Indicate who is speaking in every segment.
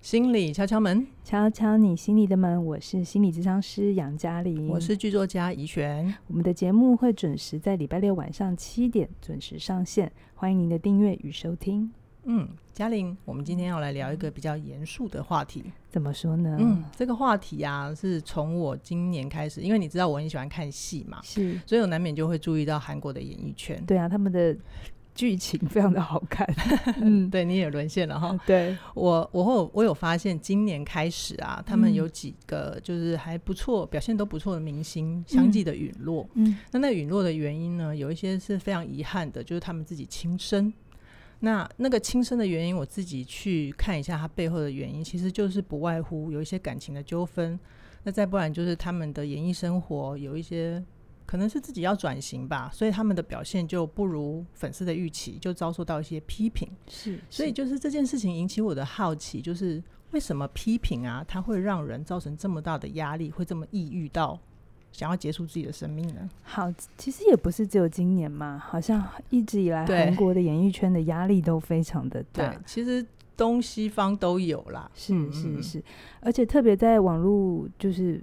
Speaker 1: 心理敲敲门，
Speaker 2: 敲敲你心里的门，我是心理咨商师杨嘉玲。
Speaker 1: 我是剧作家怡璇。
Speaker 2: 我们的节目会准时在礼拜六晚上七点准时上线，欢迎您的订阅与收听。
Speaker 1: 嗯，嘉玲，我们今天要来聊一个比较严肃的话题。
Speaker 2: 怎么说呢？
Speaker 1: 嗯，这个话题啊，是从我今年开始，因为你知道我很喜欢看戏嘛，
Speaker 2: 是
Speaker 1: 所以我难免就会注意到韩国的演艺圈。
Speaker 2: 对啊，他们的剧情非常的好 看。嗯，
Speaker 1: 对，你也沦陷了哈。
Speaker 2: 对，
Speaker 1: 我我有我有发现，今年开始啊，他们
Speaker 2: 嗯
Speaker 1: 有几个就是还不错、表现都不错的明星相继的陨落。
Speaker 2: 嗯，
Speaker 1: 那那陨落的原因呢，有一些是非常遗憾的，就是他们自己轻生。那那个轻生的原因，我自己去看一下它背后的原因，其实就是不外乎有一些感情的纠纷，那再不然就是他们的演艺生活有一些可能是自己要转型吧，所以他们的表现就不如粉丝的预期，就遭受到一些批评。
Speaker 2: 是，
Speaker 1: 所以
Speaker 2: 是
Speaker 1: 就是这件事情引起我的好奇，就是为什么批评啊，它会让人造成这么大的压力，会这么抑郁到想要结束自己的生命呢？
Speaker 2: 好，其实也不是只有今年嘛，好像一直以来
Speaker 1: 对
Speaker 2: 韩国的演艺圈的压力都非常的大
Speaker 1: 对。，其实东西方都有啦。
Speaker 2: 是是
Speaker 1: 嗯
Speaker 2: 是，而且特别在网络就是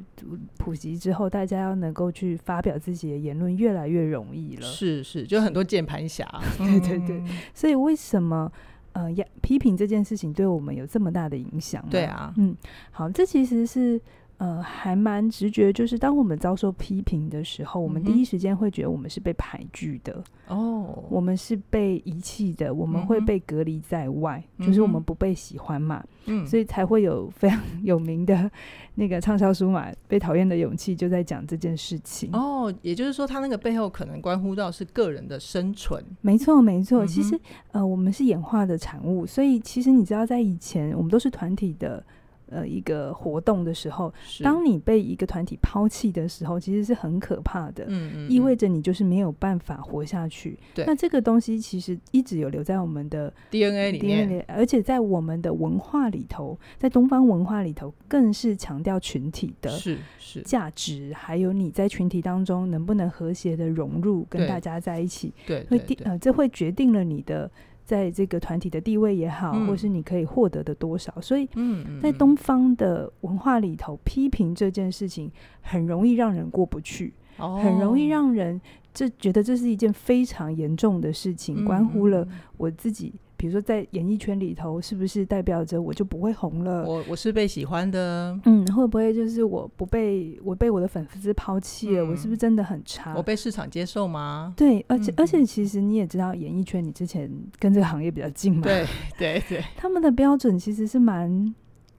Speaker 2: 普及之后，大家要能够去发表自己的言论越来越容易了。
Speaker 1: 是是，就很多键盘侠。
Speaker 2: 对对对
Speaker 1: 嗯
Speaker 2: 所以为什么呃呀批评这件事情对我们有这么大的影响？
Speaker 1: 对，啊，
Speaker 2: 嗯，好，这其实是呃还蛮直觉，就是当我们遭受批评的时候，我们第
Speaker 1: 嗯哼
Speaker 2: 一时间会觉得我们是被排拒的，
Speaker 1: 哦，
Speaker 2: 我们是被遗弃的，我们会
Speaker 1: 嗯哼
Speaker 2: 被隔离在外，就是我
Speaker 1: 嗯
Speaker 2: 们
Speaker 1: 哼
Speaker 2: 不被喜欢嘛。
Speaker 1: 嗯
Speaker 2: 所以才会有非常有名的那个畅销书嘛，《被讨厌的勇气》就在讲这件事情。
Speaker 1: 哦，也就是说，他那个背后可能关乎到是个人的生存。
Speaker 2: 没错，没错。
Speaker 1: 嗯哼
Speaker 2: 其实，呃，我们是演化的产物，所以其实你知道，在以前我们都是团体的，呃，一个活动的时候，
Speaker 1: 是
Speaker 2: 当你被一个团体抛弃的时候，其实是很可怕的，
Speaker 1: 嗯嗯，
Speaker 2: 意味
Speaker 1: 嗯
Speaker 2: 着你就是没有办法活下去。
Speaker 1: 对
Speaker 2: 那这个东西其实一直有留在我们的
Speaker 1: DNA 里
Speaker 2: DNA
Speaker 1: 面，
Speaker 2: 里而且在我们的文化里头，在东方文化里头，更是强调群体的。
Speaker 1: 是是，
Speaker 2: 价值，还有你在群体当中能不能和谐的融入，跟
Speaker 1: 对
Speaker 2: 大家在一起，
Speaker 1: 对
Speaker 2: 会
Speaker 1: 对
Speaker 2: 定
Speaker 1: 对，
Speaker 2: 呃，这会决定了你的在这个团体的地位也好，
Speaker 1: 嗯
Speaker 2: 或是你可以获得的多少。所以
Speaker 1: 嗯嗯，
Speaker 2: 在
Speaker 1: 嗯
Speaker 2: 东方的文化里头，批评这件事情很容易让人过不去，很容易
Speaker 1: 哦
Speaker 2: 让人这觉得这是一件非常严重的事情，
Speaker 1: 嗯
Speaker 2: 关乎了
Speaker 1: 嗯
Speaker 2: 我自己。比如说，在演艺圈里头，是不是代表着我就不会红了？
Speaker 1: 嗯我我是被喜欢的，
Speaker 2: 嗯，会不会就是我不被我被我的粉丝抛弃了？我是
Speaker 1: 嗯
Speaker 2: 不是真的很差
Speaker 1: 我？被市场接受吗？
Speaker 2: 对，而且、
Speaker 1: 嗯
Speaker 2: 而且，其实你也知道，演艺圈你之前跟这个行业比较近嘛，
Speaker 1: 对对对，
Speaker 2: 他们的标准其实是蛮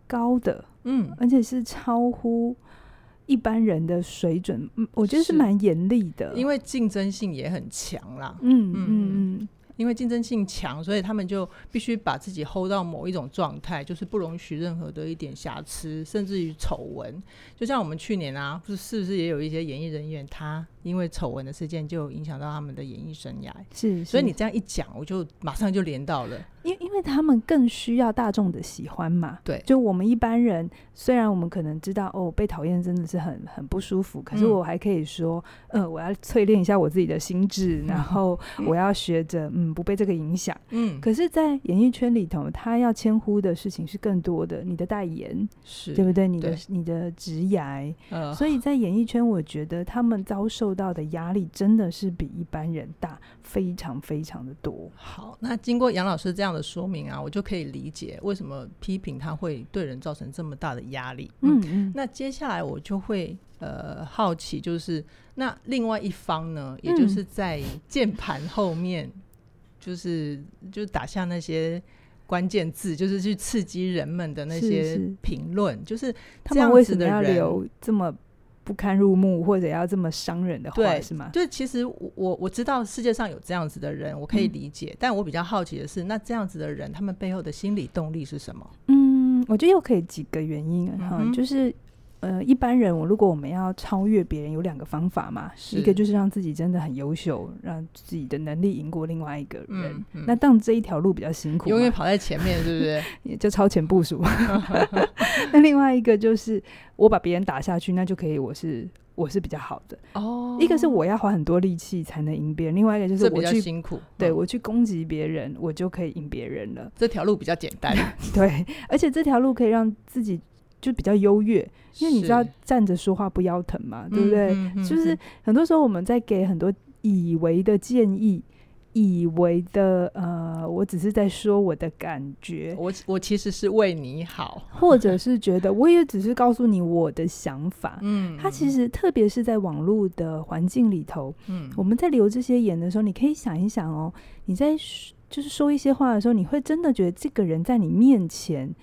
Speaker 2: 高的，
Speaker 1: 嗯，
Speaker 2: 而且是超乎一般人的水准，嗯，我觉得是
Speaker 1: 是
Speaker 2: 蛮严厉的。
Speaker 1: 因
Speaker 2: 为，
Speaker 1: 为竞争性也很强啦，
Speaker 2: 嗯
Speaker 1: 嗯
Speaker 2: 嗯嗯，
Speaker 1: 因为竞争性强，所以他们就必须把自己 hold 到某一种状态，就是不容许任何的一点瑕疵，甚至于丑闻。就像我们去年啊，不是是不是也有一些演艺人员，他因为丑闻的事件就影响到他们的演艺生涯？
Speaker 2: 是。
Speaker 1: 所以
Speaker 2: 是
Speaker 1: 你，这样一讲，我就马上就连到了。
Speaker 2: 因因为他们更需要大众的喜欢嘛。
Speaker 1: 对
Speaker 2: 就我们一般人，虽然我们可能知道哦，被讨厌真的是很很不舒服，可是
Speaker 1: 嗯
Speaker 2: 我还可以说，呃，我要淬炼一下我自己的心智，然后我要学着嗯不被这个影响。
Speaker 1: 嗯，
Speaker 2: 可是，在演艺圈里头，他要牵呼的事情是更多的，你的代言，
Speaker 1: 是
Speaker 2: 对不对？你的
Speaker 1: 对
Speaker 2: 你的职涯，
Speaker 1: 呃，
Speaker 2: 所以在演艺圈，我觉得他们遭受到的压力真的是比一般人大，非常非常的多。
Speaker 1: 好，那经过杨老师这样的说明啊，我就可以理解为什么批评他会对人造成这么大的压力。
Speaker 2: 嗯嗯，
Speaker 1: 那接下来我就会呃好奇，就是那另外一方呢，
Speaker 2: 嗯
Speaker 1: 也就是在键盘后面，就是就打下那些关键字，就是去刺激人们的那
Speaker 2: 是
Speaker 1: 些
Speaker 2: 是
Speaker 1: 评论，就是
Speaker 2: 他
Speaker 1: 这
Speaker 2: 们
Speaker 1: 样
Speaker 2: 为
Speaker 1: 子
Speaker 2: 什么
Speaker 1: 的
Speaker 2: 要
Speaker 1: 人
Speaker 2: 留这么不堪入目，或者要这么伤人的话，
Speaker 1: 对
Speaker 2: 是吗？
Speaker 1: 就其实我我我知道世界上有这样子的人，我可以
Speaker 2: 嗯
Speaker 1: 理解，但我比较好奇的是，那这样子的人，他们背后的心理动力是什么？
Speaker 2: 嗯，我觉得又可以几个原因啊哈、
Speaker 1: 嗯哼
Speaker 2: 就是呃，一般人我如果我们要超越别人，有两个方法嘛，一
Speaker 1: 是
Speaker 2: 个就是让自己真的很优秀，让自己的能力赢过另外一个人。
Speaker 1: 嗯，嗯
Speaker 2: 那当然这一条路比较辛苦啊嘛，
Speaker 1: 永远跑在前面，对不 对？
Speaker 2: 也就超前 部署。那另外一个就是我把别人打下去，那就可以我是我是比较好的。
Speaker 1: 哦
Speaker 2: 一个是我要花很多力气才能赢别人，另外一个就
Speaker 1: 这
Speaker 2: 是
Speaker 1: 比
Speaker 2: 我
Speaker 1: 较
Speaker 2: 去
Speaker 1: 辛苦，
Speaker 2: 对
Speaker 1: 嗯
Speaker 2: 我去攻击别人，我就可以赢别人了。
Speaker 1: 这条路比较简单，
Speaker 2: 对，而且这条路可以让自己就比较优越，因为你知道
Speaker 1: 是
Speaker 2: 站着说话不腰疼嘛，对不对？？
Speaker 1: 嗯
Speaker 2: 就是很多时候我们在给很多以为的建议，以为的呃，我只是在说我的感觉，
Speaker 1: 嗯我我其实是为你好，
Speaker 2: 或者是觉得我也只是告诉你我的想法。
Speaker 1: 嗯
Speaker 2: 它其实，特别是在网络的环境里头，
Speaker 1: 嗯
Speaker 2: 我们在留这些言的时候，你可以想一想哦，你在说就是说一些话的时候，你会真的觉得这个人在你面前，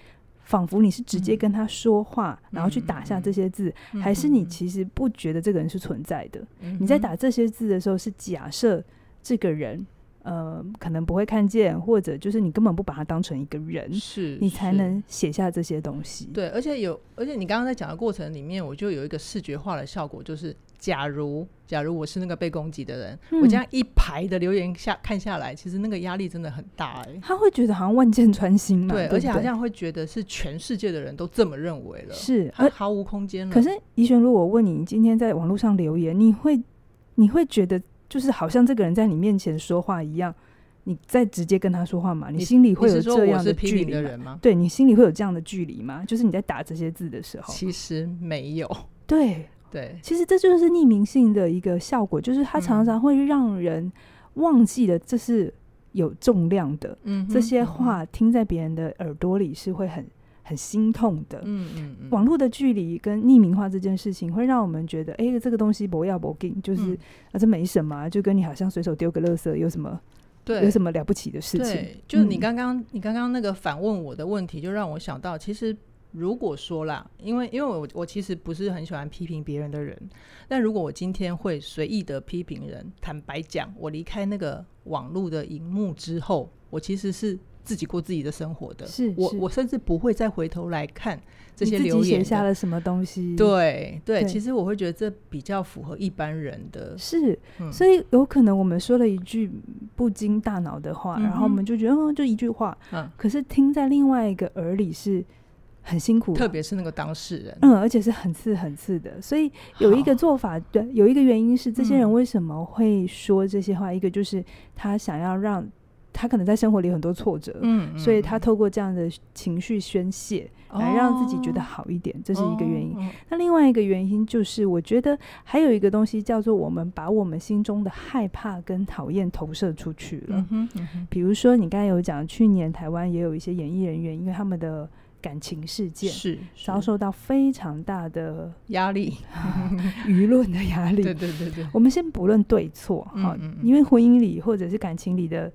Speaker 2: 仿佛你是直接
Speaker 1: 嗯
Speaker 2: 跟他说话，然后去打
Speaker 1: 嗯嗯嗯
Speaker 2: 下
Speaker 1: 嗯
Speaker 2: 这些字，还是你其实不觉得这个人是存在的？你在打这些字的时候，是假设这个人呃可能不会看见，或者就是你根本不把他当成一个人，
Speaker 1: 是
Speaker 2: 你才
Speaker 1: 是
Speaker 2: 能写下这些东西。
Speaker 1: 对，而且有，而且你刚刚在讲的过程里面，我就有一个视觉化的效果，就是假如假如我是那个被攻击的人，我
Speaker 2: 嗯
Speaker 1: 这样一排的留言下看下来，其实那个压力真的很大哎、
Speaker 2: 他会觉得好像万箭穿心嘛，
Speaker 1: 对，
Speaker 2: 对，
Speaker 1: 而且好
Speaker 2: 对
Speaker 1: 像会觉得是全世界的人都这么认为了，
Speaker 2: 是，
Speaker 1: 他
Speaker 2: 而
Speaker 1: 毫无空间了。
Speaker 2: 可是怡璇，如果我问你，你今天在网络上留言，你会你会觉得就是好像这个人在你面前说话一样，你在直接跟他说话吗？
Speaker 1: 你
Speaker 2: 心里会
Speaker 1: 你
Speaker 2: 有
Speaker 1: 是说
Speaker 2: 这
Speaker 1: 我
Speaker 2: 样
Speaker 1: 是批
Speaker 2: 距
Speaker 1: 评
Speaker 2: 离
Speaker 1: 的
Speaker 2: 吗？
Speaker 1: 人吗？
Speaker 2: 对你心里会有这样的距离吗？就是你在打这些字的时候，
Speaker 1: 其实没有，
Speaker 2: 对，
Speaker 1: 对，
Speaker 2: 其实这就是匿名性的一个效果，就是它常
Speaker 1: 嗯
Speaker 2: 常会让人忘记了这是有重量的，
Speaker 1: 嗯
Speaker 2: 这些，话听在别人的耳朵里是会很很心痛的。
Speaker 1: 嗯嗯嗯，
Speaker 2: 网络的距离跟匿名化这件事情，会让我们觉得，哎、这个东西不要不进，就是、
Speaker 1: 嗯
Speaker 2: 啊，这没什么、啊，就跟你好像随手丢个垃圾有什么
Speaker 1: 对，
Speaker 2: 有什么了不起的事情？
Speaker 1: 对，就是你
Speaker 2: 嗯
Speaker 1: 刚刚、你刚刚那个反问我的问题，就让我想到，其实如果说啦，因为因为我我其实不是很喜欢批评别人的人，但如果我今天会随意的批评人，坦白讲，我离开那个网络的荧幕之后，我其实是自己过自己的生活的，
Speaker 2: 是
Speaker 1: 我
Speaker 2: 是
Speaker 1: 我甚至不会再回头来看这
Speaker 2: 你
Speaker 1: 些
Speaker 2: 自己
Speaker 1: 留言
Speaker 2: 写
Speaker 1: 的
Speaker 2: 下了什么东西？，
Speaker 1: 对对，
Speaker 2: 对
Speaker 1: 其实我会觉得这比较符合一般人的，
Speaker 2: 是，
Speaker 1: 嗯
Speaker 2: 所以有可能我们说了一句不经大脑的话，
Speaker 1: 嗯哼
Speaker 2: 然后我们就觉得，哦，就一句话，
Speaker 1: 嗯，
Speaker 2: 可是听在另外一个耳里是很辛苦的，
Speaker 1: 特别是那个当事人，
Speaker 2: 嗯，而且是很刺很刺的，所以有一个
Speaker 1: 好
Speaker 2: 做法，对，有一个原因是这些人
Speaker 1: 嗯
Speaker 2: 为什么会说这些话？一个就是他想要让他可能在生活里有很多挫折，
Speaker 1: 嗯，嗯
Speaker 2: 所以他
Speaker 1: 嗯
Speaker 2: 透过这样的情绪宣泄来让自己觉得
Speaker 1: 哦
Speaker 2: 好一点，这是一个原因。
Speaker 1: 哦哦
Speaker 2: 那另外一个原因就是，我觉得还有一个东西叫做我们把我们心中的害怕跟讨厌投射出去了。
Speaker 1: 嗯哼，嗯哼
Speaker 2: 比如说，你刚才有讲，去年台湾也有一些演艺人员因为他们的感情事件。
Speaker 1: 是
Speaker 2: 遭受到非常大的
Speaker 1: 压力，
Speaker 2: 舆论的压力。
Speaker 1: 对对对对，
Speaker 2: 我们先不论对错
Speaker 1: 嗯
Speaker 2: 哈、
Speaker 1: 嗯嗯
Speaker 2: 因为婚姻里或者是感情里的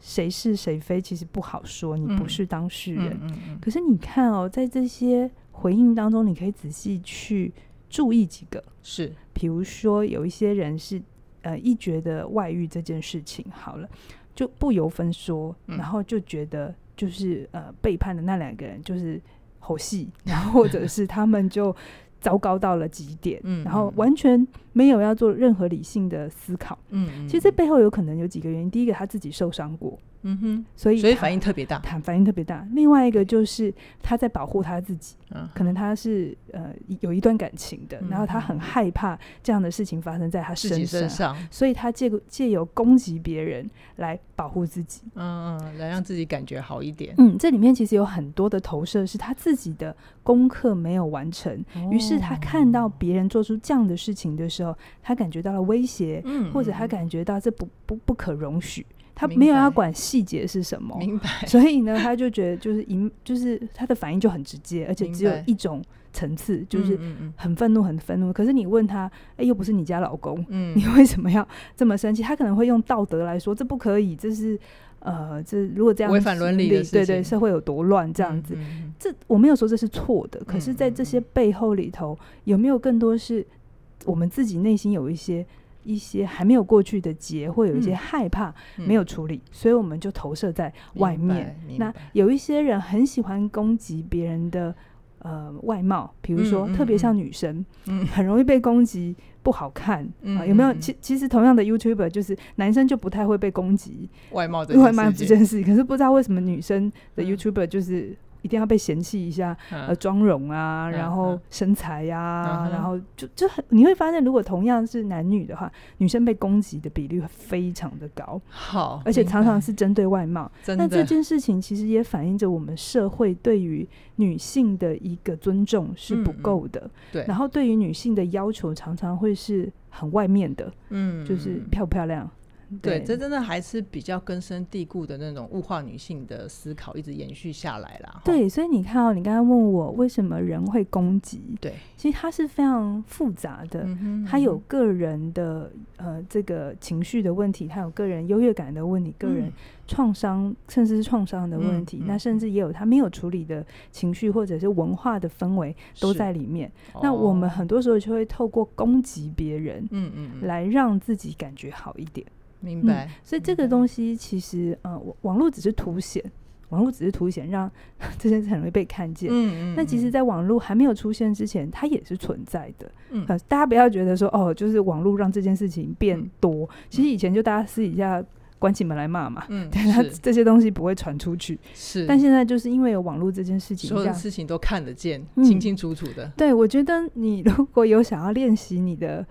Speaker 2: 谁是谁非，其实不好说，你不
Speaker 1: 嗯
Speaker 2: 是当事人。
Speaker 1: 嗯嗯嗯，
Speaker 2: 可是你看哦，在这些回应当中，你可以仔细去注意几个，
Speaker 1: 嗯是
Speaker 2: 比如说有一些人是呃一觉得外遇这件事情好了，就不由分说，
Speaker 1: 嗯
Speaker 2: 然后就觉得就是呃背叛的那两个人就是猴戏，然后或者是他们就糟糕到了极点，
Speaker 1: 嗯
Speaker 2: 然后
Speaker 1: 嗯嗯
Speaker 2: 完全没有要做任何理性的思考。
Speaker 1: 嗯，嗯
Speaker 2: 其实这背后有可能有几个原因，第一个他自己受伤过，
Speaker 1: 嗯嗯
Speaker 2: 所以
Speaker 1: 哼，所以
Speaker 2: 他
Speaker 1: 反应特别大，
Speaker 2: 他反应特别大。另外一个就是他在保护他自己，
Speaker 1: 嗯
Speaker 2: 可能他是呃有一段感情的，
Speaker 1: 嗯
Speaker 2: 然后他很害怕这样的事情发生在他
Speaker 1: 自
Speaker 2: 身
Speaker 1: 己
Speaker 2: 上，
Speaker 1: 身上，
Speaker 2: 所以他借故借由攻击别人来保护自己。
Speaker 1: 嗯嗯，来让自己感觉好一点，
Speaker 2: 嗯，这里面其实有很多的投射是他自己的功课没有完成，
Speaker 1: 哦
Speaker 2: 于是他看到别人做出这样的事情的时候，他感觉到了威胁，
Speaker 1: 嗯，嗯，
Speaker 2: 或者他
Speaker 1: 嗯
Speaker 2: 感觉到这不不不可容许，他
Speaker 1: 明
Speaker 2: 没有要
Speaker 1: 白
Speaker 2: 管细节是什么，
Speaker 1: 嗯明白，
Speaker 2: 所以呢，他就觉得就是一就是他的反应就很直接，而且
Speaker 1: 明
Speaker 2: 只有
Speaker 1: 白
Speaker 2: 一种层次，就是
Speaker 1: 嗯嗯
Speaker 2: 很愤怒，很愤怒。可是你问他，哎、又不是你家老公，
Speaker 1: 嗯，
Speaker 2: 你
Speaker 1: 嗯
Speaker 2: 为什么要这么生气？他可能会用道德来说，这不可以，这是呃，这如果这样
Speaker 1: 违反伦理的事
Speaker 2: 对对，
Speaker 1: 情
Speaker 2: 社会有多乱这样子。，
Speaker 1: 嗯嗯
Speaker 2: 这我没有说这是错的，可是，
Speaker 1: 嗯
Speaker 2: 在
Speaker 1: 嗯
Speaker 2: 这些
Speaker 1: 嗯
Speaker 2: 背后里头，有没有更多是我们自己内心有一些一些还没有过去的结，或有一些
Speaker 1: 嗯
Speaker 2: 害怕
Speaker 1: 嗯
Speaker 2: 没有处理，所以我们就投射在外面。，
Speaker 1: 明白
Speaker 2: 那有一些人很喜欢攻击别人的呃外貌，比如说、
Speaker 1: 嗯嗯
Speaker 2: 特别像女生，
Speaker 1: 嗯
Speaker 2: 很容易被攻击不好看。
Speaker 1: 嗯
Speaker 2: 啊，有没有？
Speaker 1: 嗯嗯
Speaker 2: 其其实同样的 YouTuber 就是男生就不太会被攻击
Speaker 1: 外貌的
Speaker 2: 外貌这
Speaker 1: 件事
Speaker 2: 件事，可是不知道为什么女生的
Speaker 1: 嗯
Speaker 2: YouTuber 就是一定要被嫌弃一下，呃，
Speaker 1: 嗯
Speaker 2: 妆容啊，
Speaker 1: 嗯
Speaker 2: 然后
Speaker 1: 嗯
Speaker 2: 身材呀、
Speaker 1: 嗯哼
Speaker 2: 然后就就很你会发现，如果同样是男女的话，女生被攻击的比率会非常的高，
Speaker 1: 好，
Speaker 2: 而且
Speaker 1: 哦明
Speaker 2: 常常
Speaker 1: 白
Speaker 2: 是针对外貌。
Speaker 1: 真
Speaker 2: 那
Speaker 1: 的
Speaker 2: 这件事情其实也反映着我们社会对于女性的一个尊重是不
Speaker 1: 嗯嗯
Speaker 2: 够的，
Speaker 1: 对
Speaker 2: 然后对于女性的要求常常会是很外面的，
Speaker 1: 嗯
Speaker 2: 就是
Speaker 1: 嗯
Speaker 2: 漂不漂亮。
Speaker 1: 对，这真的还是比较根深蒂固的那种物化女性的思考，一直延续下来啦。哈
Speaker 2: 对，所以你看哦，你刚刚问我为什么人会攻击，
Speaker 1: 对，
Speaker 2: 其实它是非常复杂的，
Speaker 1: 嗯哼
Speaker 2: 他有个人的呃这个情绪的问题，他有个人优越感的问题，个人
Speaker 1: 嗯
Speaker 2: 创伤、甚至是创伤的问题，
Speaker 1: 嗯嗯
Speaker 2: 那甚至也有他没有处理的情绪或者是文化的氛围都在里面。
Speaker 1: 是
Speaker 2: 那我们
Speaker 1: 哦
Speaker 2: 很多时候就会透过攻击别人
Speaker 1: 嗯嗯嗯，
Speaker 2: 来让自己感觉好一点。
Speaker 1: 明白。
Speaker 2: 所以这个
Speaker 1: 明白
Speaker 2: 东西其实呃，网网络只是凸显，网络只是凸显让 这件事很容易被看见。
Speaker 1: 嗯嗯，
Speaker 2: 那其实，在网络还没有出现之前，它也是存在的。
Speaker 1: 嗯
Speaker 2: 呃，大家不要觉得说哦，就是网络让这件事情变
Speaker 1: 嗯
Speaker 2: 多。其实以前就大家私底下关起门来骂嘛，
Speaker 1: 嗯，
Speaker 2: 但它
Speaker 1: 嗯是
Speaker 2: 这些东西不会传出去。
Speaker 1: 是，
Speaker 2: 但现在就是因为有网络这件事情，
Speaker 1: 所有的
Speaker 2: 让
Speaker 1: 事情都看得见，
Speaker 2: 嗯
Speaker 1: 清清楚楚的。
Speaker 2: 对我觉得你 如果有想要练习你的。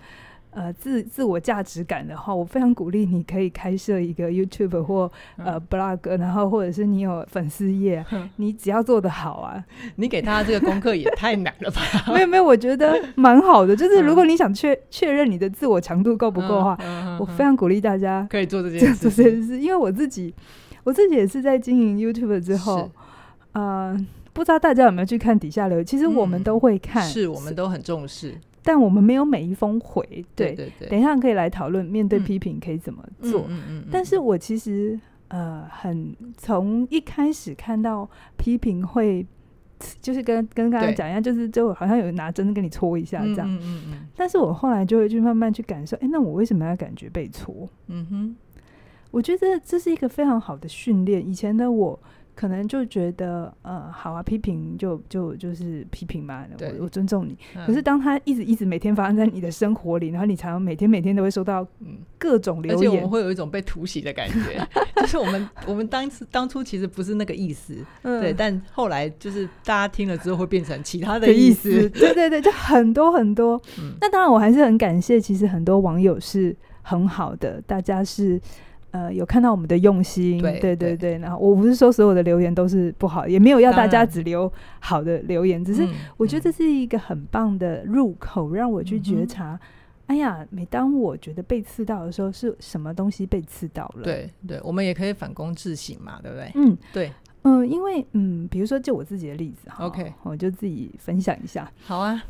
Speaker 2: 呃，自自我价值感的话，我非常鼓励你可以开设一个 YouTube 或呃 blog，然后或者是你有粉丝页啊，
Speaker 1: 嗯哼
Speaker 2: 你只要做得好啊，
Speaker 1: 你给大家这个功课也太难了吧？
Speaker 2: 没有没有，我觉得蛮好的。就是如果
Speaker 1: 嗯
Speaker 2: 你想确确认你的自我强度够 不够的话，
Speaker 1: 嗯，嗯
Speaker 2: 我
Speaker 1: 嗯
Speaker 2: 非常鼓励大家
Speaker 1: 可以做这
Speaker 2: 这
Speaker 1: 件
Speaker 2: 样做
Speaker 1: 事
Speaker 2: 这
Speaker 1: 情
Speaker 2: 件事，因为我自己我自己也是在经营 YouTube 之后，呃，不知道大家有没有去看底下留言？其实我们
Speaker 1: 嗯
Speaker 2: 都会看，
Speaker 1: 是我们都很重视。
Speaker 2: 但我们没有每一封回。对，
Speaker 1: 对对，
Speaker 2: 等一下可以来讨论面对
Speaker 1: 嗯
Speaker 2: 批评可以怎么
Speaker 1: 嗯
Speaker 2: 做。
Speaker 1: 嗯嗯嗯
Speaker 2: 但是我其实呃，很从一开始看到批评会，就是跟跟刚刚
Speaker 1: 对
Speaker 2: 讲一样，就是就好像有拿针跟你戳一下这样。
Speaker 1: 嗯嗯嗯
Speaker 2: 但是我后来就会去慢慢去感受，哎、那我为什么要感觉被戳？
Speaker 1: 嗯嗯
Speaker 2: 我觉得这是一个非常好的训练。以前的我可能就觉得，呃，好啊，批评就就就是批评嘛，
Speaker 1: 对
Speaker 2: 我我尊重你。
Speaker 1: 哼，
Speaker 2: 可是当他一直一直每天发生在你的生活里，然后你常常每天每天都会收到
Speaker 1: 嗯。
Speaker 2: 各种
Speaker 1: 而
Speaker 2: 留
Speaker 1: 且我们
Speaker 2: 言，
Speaker 1: 会有一种被突袭的感觉， 就是我们我们当时当初其实不是那个意思，
Speaker 2: 嗯
Speaker 1: 对，但后来就是大家听了之后会变成其他
Speaker 2: 的
Speaker 1: 意
Speaker 2: 意思，对对对，就很多很多。
Speaker 1: 嗯
Speaker 2: 那当然，我还是很感谢，其实很多网友是很好的，大家是呃有看到我们的用心，
Speaker 1: 对
Speaker 2: 对
Speaker 1: 对
Speaker 2: 对。然后我不是说所有的留言都是不好，也没有要大
Speaker 1: 当
Speaker 2: 家
Speaker 1: 然
Speaker 2: 只留好的留言，只是
Speaker 1: 嗯
Speaker 2: 我觉得这
Speaker 1: 嗯
Speaker 2: 是一个很棒的入口，让我去
Speaker 1: 嗯
Speaker 2: 觉
Speaker 1: 哼
Speaker 2: 察。哎呀，每当我觉得被刺到的时候，是什么东西被刺到了？，
Speaker 1: 对对，我们也可以反躬自省嘛，对不对？
Speaker 2: 嗯
Speaker 1: 对，
Speaker 2: 嗯、因为嗯，比如说就我自己的例子哈
Speaker 1: OK
Speaker 2: 我就自己分享一下。
Speaker 1: 好啊，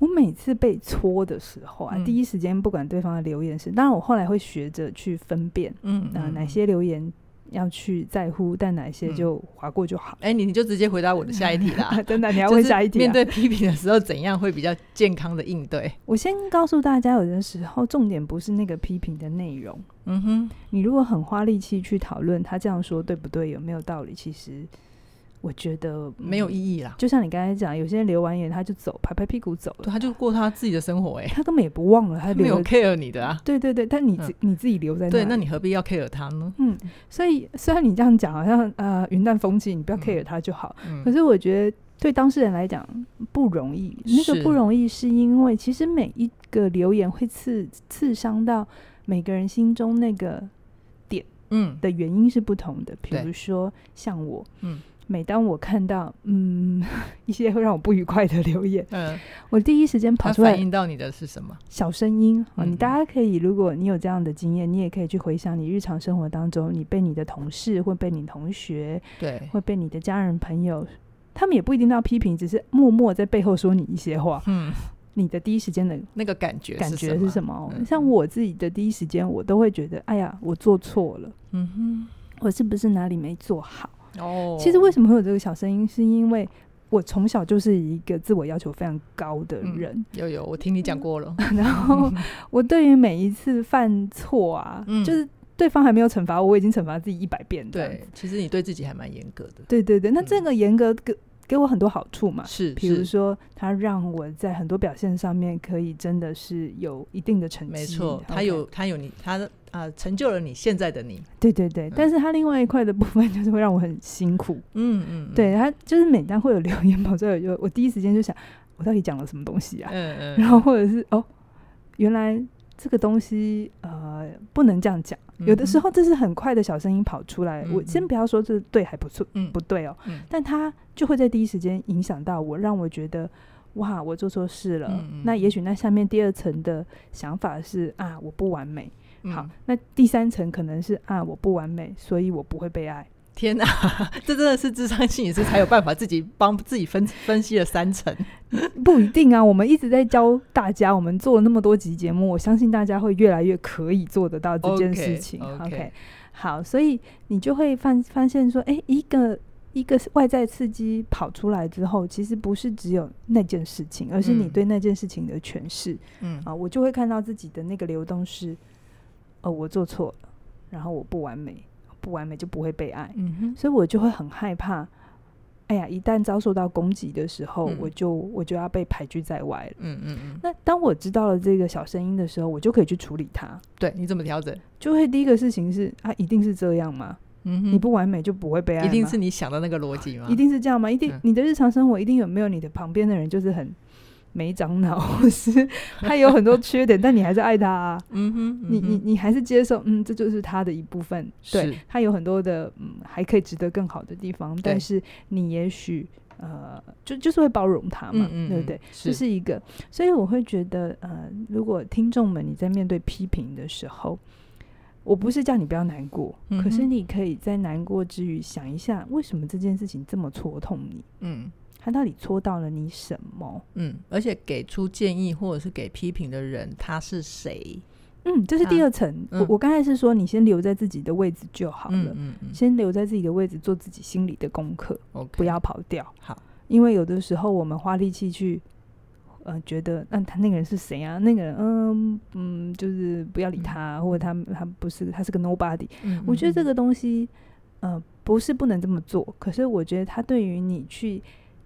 Speaker 2: 我每次被戳的时候啊，
Speaker 1: 嗯
Speaker 2: 第一时间不管对方的留言是，当然我后来会学着去分辨
Speaker 1: 嗯，
Speaker 2: 啊、
Speaker 1: 嗯
Speaker 2: 哪？些留言要去在乎，但哪些
Speaker 1: 嗯
Speaker 2: 就划过就好。
Speaker 1: 哎，你你就直接回答我的下一题啦
Speaker 2: 啊，。真 的，你要
Speaker 1: 就
Speaker 2: 问
Speaker 1: 是
Speaker 2: 下一题、
Speaker 1: 面
Speaker 2: 啊。
Speaker 1: 对批评的时候，怎样会比较健康的应对？
Speaker 2: 我先告诉大家，有的时候重点不是那个批评的内容，
Speaker 1: 嗯哼，
Speaker 2: 你如果很花力气去讨论他这样说对不对，有没有道理，其实我觉得、嗯
Speaker 1: 没有
Speaker 2: 义。
Speaker 1: 意义啦，
Speaker 2: 就像你刚才讲，有些人留完言他就走，拍拍屁股走
Speaker 1: 对，
Speaker 2: 了，
Speaker 1: 他就过他自己的生活，哎，
Speaker 2: 他根本也不忘了啊他
Speaker 1: 他没
Speaker 2: 留
Speaker 1: 有
Speaker 2: 了。
Speaker 1: care 你的啊。
Speaker 2: 对对对，但你自、你自己留在那里，
Speaker 1: 对，那你何必要 care 他呢？
Speaker 2: 所以虽然你这样讲，好像呃云淡风轻，你不要
Speaker 1: 嗯
Speaker 2: care 他就好。
Speaker 1: 嗯
Speaker 2: 可，是我觉得对当事人来讲不容易，那个
Speaker 1: 是
Speaker 2: 不容易是因为其实每一个留言会刺刺伤到每个人心中那个
Speaker 1: 嗯
Speaker 2: 的原因是不同的。比
Speaker 1: 对
Speaker 2: 如说像我，
Speaker 1: 嗯。
Speaker 2: 每当我看到嗯 一些会让我不愉快的留言，
Speaker 1: 嗯，
Speaker 2: 我第一时间跑
Speaker 1: 他
Speaker 2: 出来
Speaker 1: 反映到你的是什么？
Speaker 2: 小声音啊、
Speaker 1: 嗯
Speaker 2: 你大家可以，如果你有这样的经验，你也可以去回想你日常生活当中，你被你的同事或被你同学
Speaker 1: 对，
Speaker 2: 会被你的家人朋友，他们也不一定要批评，只是默默在背后说你一些话，
Speaker 1: 嗯，
Speaker 2: 你的第一时间的
Speaker 1: 那个感觉
Speaker 2: 感觉是什
Speaker 1: 么？
Speaker 2: 么哦？
Speaker 1: 嗯
Speaker 2: 像我自己的第一时间，我都会觉得，哎呀，我做错了，
Speaker 1: 嗯
Speaker 2: 我是不是哪里没做好？
Speaker 1: 哼，哦，
Speaker 2: 其实为什么会有这个小声音，是因为我从小就是一个自我要求非常高的
Speaker 1: 嗯
Speaker 2: 人，
Speaker 1: 有有，我听你讲过了，
Speaker 2: 然 后我对于每一次犯错啊，
Speaker 1: 嗯
Speaker 2: 就是对方还没有惩罚我，我已经惩罚自己一百遍这样子
Speaker 1: 对，其实你对自己还蛮严格的，
Speaker 2: 对对对，那
Speaker 1: 嗯
Speaker 2: 这个严格跟给我很多好处嘛。
Speaker 1: 是，
Speaker 2: 啊比如
Speaker 1: 是
Speaker 2: 说，它让我在很多表现上面可以真的是有一定的成绩。
Speaker 1: 没错，他
Speaker 2: OK
Speaker 1: 有他有你，他啊、成就了你现在的你。
Speaker 2: 对对对，但是它另外一块的部分就是会让我很辛苦。
Speaker 1: 嗯嗯，嗯，
Speaker 2: 对，它就是每当会有留言跑出来，我就我第一时间就想，我到底讲了什么东西啊？
Speaker 1: 嗯嗯，
Speaker 2: 然后或者是哦，原来这个东西呃不能这样讲。有的时候这是很快的小声音跑出来，我
Speaker 1: 嗯
Speaker 2: 先
Speaker 1: 嗯
Speaker 2: 不要说这对还不错，
Speaker 1: 嗯
Speaker 2: 不对哦，
Speaker 1: 嗯
Speaker 2: 但它就会在第一时间影响到我，让我觉得哇，我做错事了。
Speaker 1: 嗯嗯
Speaker 2: 那也许那下面第二层的想法是啊，我不完美。
Speaker 1: 嗯
Speaker 2: 好，，那第三层可能是啊，我不完美，所以我不会被爱。
Speaker 1: 天哪， 这真的是智商心理师才有办法自己帮自己分分析了三层。
Speaker 2: 不一定啊，我们一直在教大家，我们做了那么多集节目，我相信大家会越来越可以做得到这件事情。
Speaker 1: OK，OK
Speaker 2: 好，所以你就会发发现说，哎、一个一个外在刺激跑出来之后，其实不是只有那件事情，而是你
Speaker 1: 嗯
Speaker 2: 对那件事情的诠释、
Speaker 1: 嗯
Speaker 2: 啊。我就会看到自己的那个流动是，哦，我做错了，然后我不完美，不完美就不会被爱。
Speaker 1: 嗯哼，
Speaker 2: 所以我就会很害怕。哎呀，一旦遭受到攻击的时候，
Speaker 1: 嗯
Speaker 2: 我就我就要被排拒在外了。
Speaker 1: 嗯嗯嗯，
Speaker 2: 那当我知道了这个小声音的时候，我就可以去处理它。
Speaker 1: 对，你怎么调整？
Speaker 2: 就会第一个事情是啊，一定是这样吗？
Speaker 1: 嗯哼，
Speaker 2: 你不完美就不会被爱吗？
Speaker 1: 一定是你想的那个逻辑吗？
Speaker 2: 一定是这样吗？一定、
Speaker 1: 嗯
Speaker 2: 你的日常生活一定有没有你的旁边的人就是很没长脑，或是 他有很多缺点，但你还是爱他啊。
Speaker 1: 嗯哼，嗯哼，
Speaker 2: 你你你还是接受，嗯，这就是他的一部分。对
Speaker 1: 是，
Speaker 2: 他有很多的，嗯，还可以值得更好的地方，但
Speaker 1: 对
Speaker 2: 是你也许呃，就就是会包容他嘛，
Speaker 1: 嗯嗯，
Speaker 2: 对不
Speaker 1: 嗯
Speaker 2: 对？？这
Speaker 1: 是
Speaker 2: 是一个，所以我会觉得，呃，如果听众们你在面对批评的时候，我不是叫你不要难过，可是
Speaker 1: 嗯哼
Speaker 2: 你可以在难过之余想一下，为什么这件事情这么戳痛你？
Speaker 1: 嗯
Speaker 2: 它到底戳到了你什么？
Speaker 1: 嗯，而且给出建议或者是给批评的人他是谁？
Speaker 2: 嗯，这是第
Speaker 1: 啊
Speaker 2: 二层。
Speaker 1: 嗯
Speaker 2: 我我刚才是说，你先留在自己的位置就好了。
Speaker 1: 嗯嗯嗯
Speaker 2: 先留在自己的位置做自己心里的功课，
Speaker 1: ，OK，
Speaker 2: 不要跑掉。
Speaker 1: 好，
Speaker 2: 因为有的时候我们花力气去，呃，觉得那、他那个人是谁啊？那个人，嗯嗯，就是不要理他，或者他他不是他是个 nobody。
Speaker 1: 嗯
Speaker 2: 我觉得这
Speaker 1: 个
Speaker 2: 个东西，呃，不是不能这么做，可是我觉得它对于你去